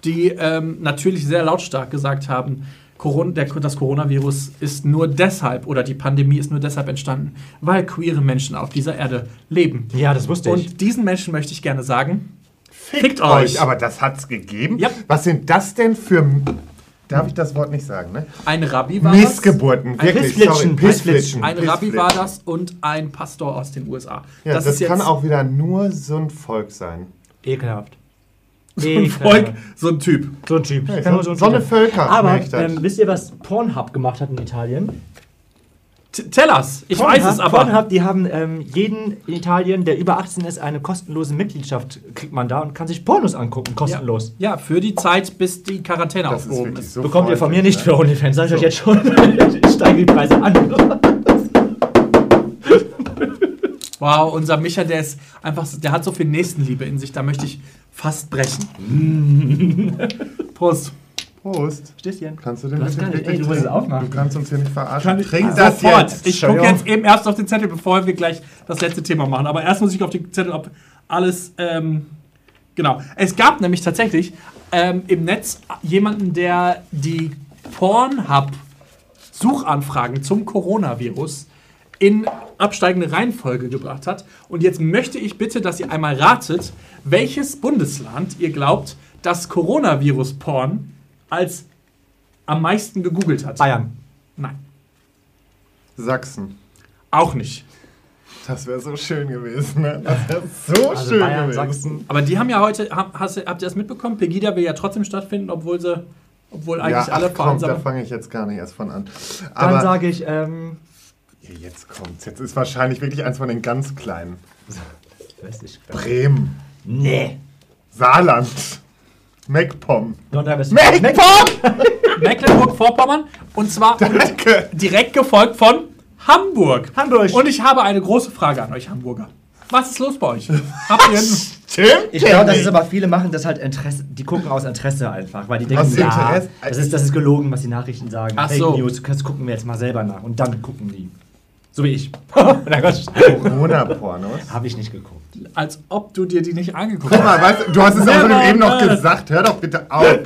die ähm, natürlich sehr lautstark gesagt haben, Corona, der, das Coronavirus ist nur deshalb oder die Pandemie ist nur deshalb entstanden, weil queere Menschen auf dieser Erde leben. ja, das wusste ich. Und diesen Menschen möchte ich gerne sagen, Fickt, euch. Aber das hat's gegeben. Ja. Was sind das denn für... Darf ich das Wort nicht sagen, ne? ein Rabbi war das, Missgeburten, wirklich, sorry. Pissflitschen, Pissflitschen. ein Rabbi Pissflitschen. war das und ein Pastor aus den USA. Ja, das ist jetzt kann auch wieder nur so ein Volk sein. Ekelhaft. ein Volk, so ein Typ. So ein Typ. Hey, Kann so, nur ein so Typ eine sein. Völker. Aber merkt das. ähm, wisst ihr, was Pornhub gemacht hat in Italien? T Tellers, ich weiß es aber. Pornhub, die haben ähm, jeden in Italien, der über 18 ist, eine kostenlose Mitgliedschaft kriegt man da und kann sich Pornos angucken, kostenlos. Ja, ja, für die Zeit, bis die Quarantäne das ist aufgehoben ist. wirklich so Bekommt ihr von mir freundlich, nicht ne? für OnlyFans, sag ich euch jetzt schon. ich steige die Preise an. Wow, unser Micha, der ist einfach, so- der hat so viel Nächstenliebe in sich, da möchte ich fast brechen. Prost. Prost. Stößchen. Kannst du den Du hast bitte gar nicht- wirklich ey, du musst es trinken? aufmachen. Du kannst uns hier nicht verarschen. Trink das Sofort. jetzt. Ich gucke jetzt eben erst auf den Zettel, bevor wir gleich das letzte Thema machen. Aber erst muss ich auf den Zettel ab. Alles, ähm, genau. Es gab nämlich tatsächlich ähm, im Netz jemanden, der die Pornhub-Suchanfragen zum Coronavirus in absteigende Reihenfolge gebracht hat. Und jetzt möchte ich bitte, dass ihr einmal ratet, welches Bundesland ihr glaubt, das Coronavirus-Porn als am meisten gegoogelt hat. Bayern. Nein. Sachsen. Auch nicht. Das wäre so schön gewesen. Ne? Das wäre so Also schön Bayern, gewesen. Sachsen. Aber die haben ja heute, hab, hast, du- habt ihr das mitbekommen? Pegida will ja trotzdem stattfinden, obwohl sie, obwohl Ja, eigentlich alle ach, komm, da vereinsamen. fange ich jetzt gar nicht erst von an. Dann Aber sage ich, ähm, ja, jetzt kommt's. Jetzt ist wahrscheinlich wirklich eins von den ganz kleinen. weiß ich. Bremen, Nee. Saarland, MacPom. Nordrhein-Westfalen. Mecklenburg-Vorpommern und zwar Danke. direkt gefolgt von Hamburg. Hamburg. Und ich habe eine große Frage an euch Hamburger. Was ist los bei euch? Habt ihr Tim? Ich glaube, das ist aber, viele machen das halt Interesse, die gucken aus Interesse einfach, weil die denken, Aus ja, Interesse? das ist, das ist gelogen, was die Nachrichten sagen. Ach Fake so. News, das gucken wir jetzt mal selber nach und dann gucken die. So wie ich. Na Gott, Corona-Pornos. habe ich nicht geguckt. als ob du dir die nicht angeguckt Guck hast? mal, weißt, du, du hast es Never außerdem eben noch heard. gesagt. Hör doch bitte auf.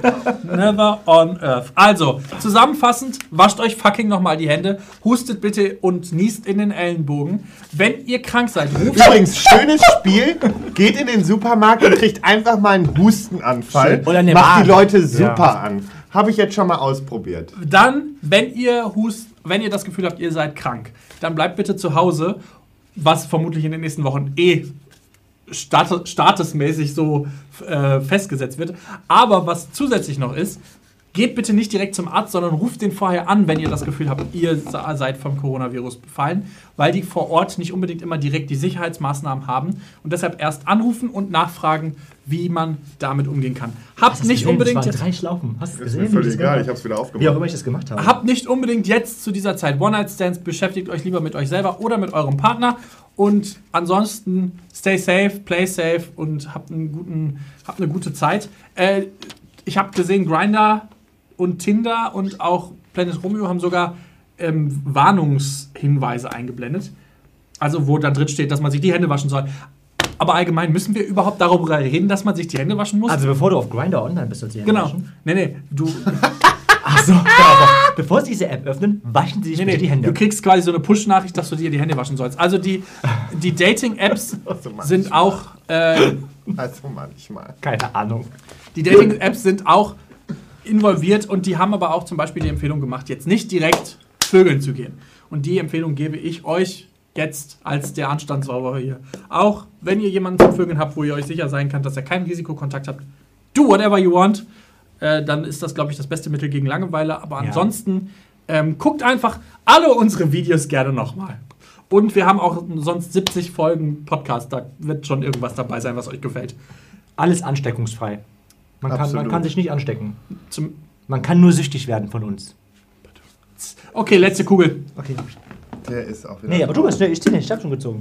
Never on earth. Also, zusammenfassend, wascht euch fucking nochmal die Hände, hustet bitte und niest in den Ellenbogen. Wenn ihr krank seid, ruft Übrigens, schönes Spiel. Geht in den Supermarkt und kriegt einfach mal einen Hustenanfall. Schön. Oder eine Macht Magen. die Leute super an. Habe ich jetzt schon mal ausprobiert. dann, wenn ihr hust, wenn ihr das Gefühl habt, ihr seid krank, dann bleibt bitte zu Hause, was vermutlich in den nächsten Wochen eh status, statusmäßig so äh, festgesetzt wird. Aber was zusätzlich noch ist, geht bitte nicht direkt zum Arzt, sondern ruft den vorher an, wenn ihr das Gefühl habt, ihr sa- seid vom Coronavirus befallen, weil die vor Ort nicht unbedingt immer direkt die Sicherheitsmaßnahmen haben und deshalb erst anrufen und nachfragen, wie man damit umgehen kann. Habt nicht unbedingt Es waren jetzt drei Schlaufen. Hast du Ist gesehen? mir wie völlig das egal, gemacht- ich hab's wieder Wie auch aufgemacht. immer ich das gemacht habe. Habt nicht unbedingt jetzt zu dieser Zeit One-Night-Stands. Beschäftigt euch lieber mit euch selber oder mit eurem Partner. Und ansonsten stay safe, play safe und habt, einen guten, habt eine gute Zeit. Äh, ich habe gesehen, Grinder und Tinder und auch Planet Romeo haben sogar ähm, Warnungshinweise eingeblendet. Also wo da drin steht, dass man sich die Hände waschen soll. Aber allgemein müssen wir überhaupt darüber reden, dass man sich die Hände waschen muss? Also bevor du auf Grinder online bist, sollst du die Hände genau. waschen. Nee, nee, du, Achso, aber genau. bevor sie diese App öffnen, waschen sie sich Nee, nee, bitte die Hände. Du kriegst quasi so eine Push-Nachricht, dass du dir die Hände waschen sollst. Also die, die Dating-Apps sind auch äh, Also manchmal. Keine Ahnung. die Dating-Apps sind auch involviert und die haben aber auch zum Beispiel die Empfehlung gemacht, jetzt nicht direkt vögeln zu gehen. Und die Empfehlung gebe ich euch jetzt als der Anstandsauber hier. Auch wenn ihr jemanden zum Vögeln habt, wo ihr euch sicher sein könnt, dass er keinen Risikokontakt habt, do whatever you want. Äh, dann ist das, glaube ich, das beste Mittel gegen Langeweile. Aber ansonsten ähm, guckt einfach alle unsere Videos gerne nochmal. Und wir haben auch sonst 70 Folgen Podcast. Da wird schon irgendwas dabei sein, was euch gefällt. Alles ansteckungsfrei. Man kann, man Absolut. kann sich nicht anstecken. Zum Man kann nur süchtig werden von uns. okay, letzte Kugel. Okay. Der ist auch wieder. Nee, aber du bist schnell. Ich ziehe nicht. Ich hab schon gezogen.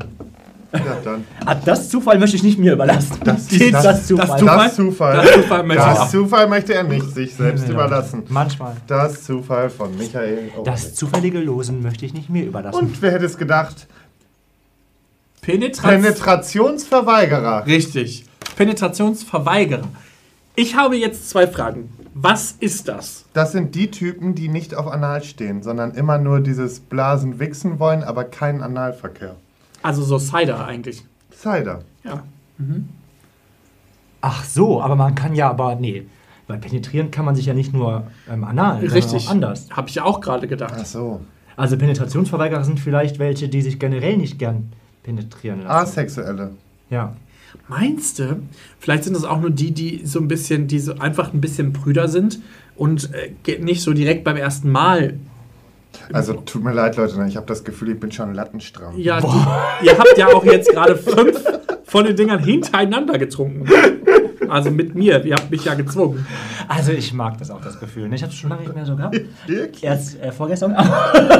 Ja, dann. Ah, das Zufall möchte ich nicht mir überlassen. Das, das- das Zufall. Zufall. Das Zufall. Das Zufall möchte ich Das auch. Zufall möchte er nicht sich selbst überlassen. Manchmal. Das Zufall von Michael. Obeck. Das zufällige Losen möchte ich nicht mir überlassen. Und wer hätte es gedacht? Penetration. Penetrationsverweigerer. Richtig. Penetrationsverweigerer. Ich habe jetzt zwei Fragen. Was ist das? Das sind die Typen, die nicht auf Anal stehen, sondern immer nur dieses Blasen wichsen wollen, aber keinen Analverkehr. Also so Cider eigentlich. Cider. Ja. Ach so, aber man kann ja aber. Nee. Weil penetrieren kann man sich ja nicht nur ähm, anal, sondern Richtig. auch anders. Habe ich ja auch gerade gedacht. Ach so. Also Penetrationsverweigerer sind vielleicht welche, die sich generell nicht gern penetrieren lassen. Asexuelle. Ja. Meinst du, vielleicht sind das auch nur die, die so ein bisschen, die so einfach ein bisschen Brüder sind und äh, ge- nicht so direkt beim ersten Mal. Also tut mir leid, Leute, ich habe das Gefühl, ich bin schon lattenstramm. Ja, die, ihr habt ja auch jetzt gerade fünf von den Dingern hintereinander getrunken. Also mit mir. Ihr habt mich ja gezwungen. Also ich mag das auch, das Gefühl. ne? Ich habe es schon lange nicht mehr so gehabt. Wirklich? Erst äh, vorgestern. das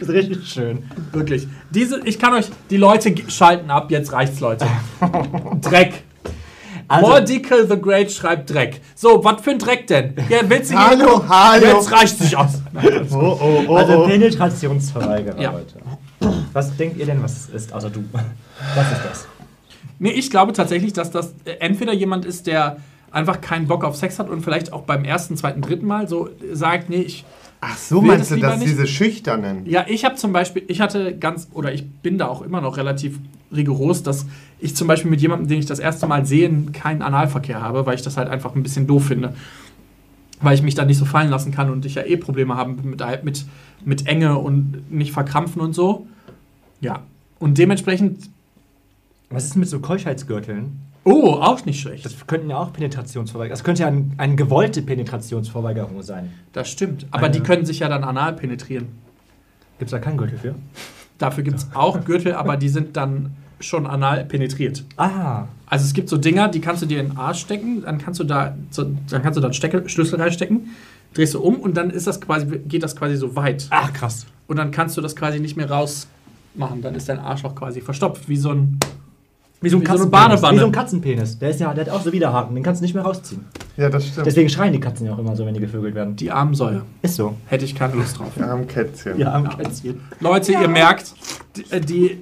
ist richtig schön. Wirklich. Diese, ich kann euch, die Leute ge- schalten ab, jetzt reicht's, Leute. Dreck. Also, Mordical the Great schreibt Dreck. So, was für ein Dreck denn? Ja, willst du Hallo, hallo. Jetzt reicht's nicht aus. Oh, oh, oh, also oh. Penetrationsverweigerer, Ja. Leute. Was denkt ihr denn, was es ist, außer du? Was ist das? Nee, ich glaube tatsächlich, dass das äh, entweder jemand ist, der einfach keinen Bock auf Sex hat und vielleicht auch beim ersten, zweiten, dritten Mal so äh, sagt, nee, ich Ach so, Will meinst das du, lieber dass nicht? diese Schüchternen? Ja, ich habe zum Beispiel, ich hatte ganz, oder ich bin da auch immer noch relativ rigoros, dass ich zum Beispiel mit jemandem, den ich das erste Mal sehe, keinen Analverkehr habe, weil ich das halt einfach ein bisschen doof finde. Weil ich mich da nicht so fallen lassen kann und ich ja eh Probleme habe mit, mit, mit Enge und nicht verkrampfen und so. Ja. Und dementsprechend, Was ist mit so Keuschheitsgürteln? oh, auch nicht schlecht. Das, Das könnten ja auch Penetrationsverweigerungen. Das könnte ja ein, eine gewollte Penetrationsverweigerung sein. stimmt. Aber die können sich ja dann anal penetrieren. Gibt es da keinen Gürtel für? Dafür gibt es auch Gürtel, aber die sind dann schon anal penetriert. Ah, Also es gibt so Dinger, die kannst du dir in den Arsch stecken, dann kannst du da, so, dann kannst du da einen Steckel, Schlüssel reinstecken, drehst du um und dann ist das quasi, geht das quasi so weit. ach krass. Und dann kannst du das quasi nicht mehr raus machen, dann ist dein Arschloch quasi verstopft, wie so ein, wie so ein Wie so eine Badewanne. Wie so ein Katzenpenis. Der, ist ja, der hat auch so Widerhaken, den kannst du nicht mehr rausziehen. Ja, das stimmt. Deswegen schreien die Katzen ja auch immer so, wenn die gevögelt werden. die Armsäure. Ist so. Hätte ich keine Lust drauf. Am Kätzchen. Ja, am Kätzchen. Leute, ihr merkt, die, äh, die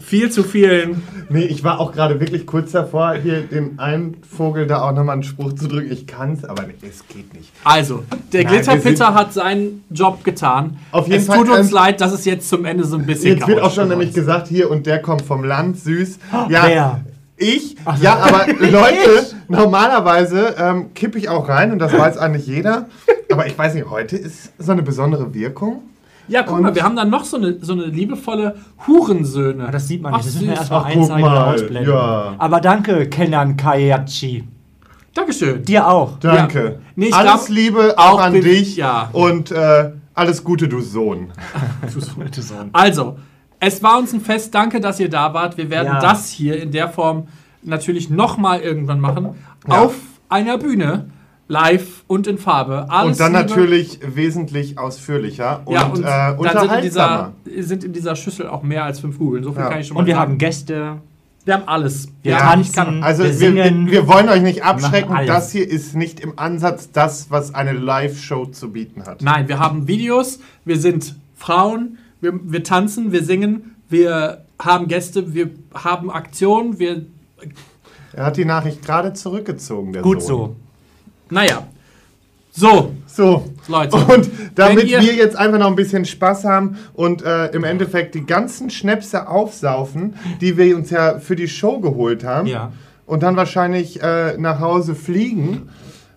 viel zu vielen. Nee, ich war auch gerade wirklich kurz davor, hier dem einen Vogel da auch nochmal einen Spruch zu drücken. Ich kann's, aber nee, es geht nicht. Also, der Nein, wir Glitterpitter sind- hat seinen Job getan. Auf jeden es Fall, tut uns ähm, leid, dass es jetzt zum Ende so ein bisschen Jetzt wird auch chaotisch schon geworden nämlich ist. gesagt, hier und der kommt vom Land, süß. wer? Ich? Ja, aber Leute, normalerweise ähm, kippe ich auch rein und das weiß eigentlich jeder. Aber ich weiß nicht, heute ist so eine besondere Wirkung. Ja, guck mal, wir haben dann noch so eine, so eine liebevolle Hurensöhne. Aber das sieht man Ach, nicht. Das müssen wir süß. erstmal Ach, guck einzeigen oder mal, ausblenden. ja. Aber danke, Kenan Kayachi. Dankeschön. Dir auch. Danke. Ja. Nee, ich alles glaub, Liebe auch, auch an be- dich ja. und äh, alles Gute, du Sohn. Also, es war uns ein Fest. Danke, dass ihr da wart. Wir werden Ja. das hier in der Form natürlich nochmal irgendwann machen. Auf einer Bühne, live und in Farbe. Alles und dann Liebe. natürlich wesentlich ausführlicher und, Ja, und, äh, dann sind in, unterhaltsamer. dieser, sind in dieser Schüssel auch mehr als fünf Kugeln. So viel Ja. kann ich schon mal Und wir sagen. haben Gäste. wir haben alles. Wir ja, tanzen. ich kann. Also Wir wir, wir, singen. wir wollen euch nicht abschrecken, machen alles. das hier ist nicht im Ansatz das, was eine Live-Show zu bieten hat. Nein, wir haben Videos, wir sind Frauen, wir, wir tanzen, wir singen, wir haben Gäste, wir haben Aktionen, wir. Er hat die Nachricht gerade zurückgezogen, der Gut Sohn. so. Naja. So, So. Leute. Und damit Wenn ihr- wir jetzt einfach noch ein bisschen Spaß haben und äh, im Endeffekt die ganzen Schnäpse aufsaufen, die wir uns ja für die Show geholt haben Ja. und dann wahrscheinlich äh, nach Hause fliegen,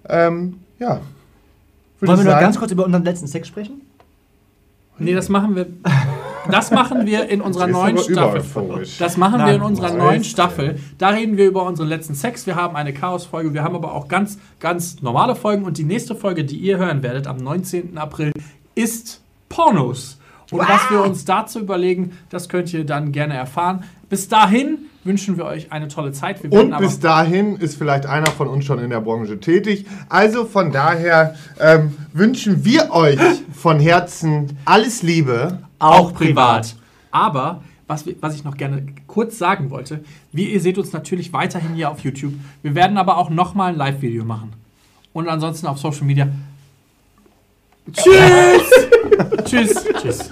ähm, ja. Würde Wollen ich wir noch sagen, ganz kurz über unseren letzten Sex sprechen? Nee, das machen wir. Das machen wir in unserer Ist aber neuen Staffel. übereuphorisch. Das machen wir Nein, in unserer Mist. neuen Staffel. Da reden wir über unseren letzten Sex. Wir haben eine Chaos-Folge. Wir haben aber auch ganz, ganz normale Folgen. Und die nächste Folge, die ihr hören werdet am 19. April, ist Pornos. Und was wir uns dazu überlegen, das könnt ihr dann gerne erfahren. Bis dahin wünschen wir euch eine tolle Zeit. Wir werden Und bis dahin ist vielleicht einer von uns schon in der Branche tätig. Also von daher ähm, wünschen wir euch von Herzen alles Liebe. auch privat. Aber was, wir- was ich noch gerne kurz sagen wollte, wie ihr seht uns natürlich weiterhin hier auf YouTube. Wir werden aber auch nochmal ein Live-Video machen. Und ansonsten auf Social Media. Tschüss! Tschüss! Tschüss!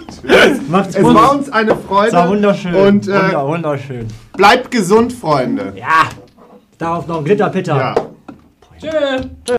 Macht's Es gut. war uns eine Freude. Es war wunderschön. Und äh, Wunder, wunderschön. bleibt gesund, Freunde. Ja. Darauf noch ein Glitterpitter. Ja. Tschüss!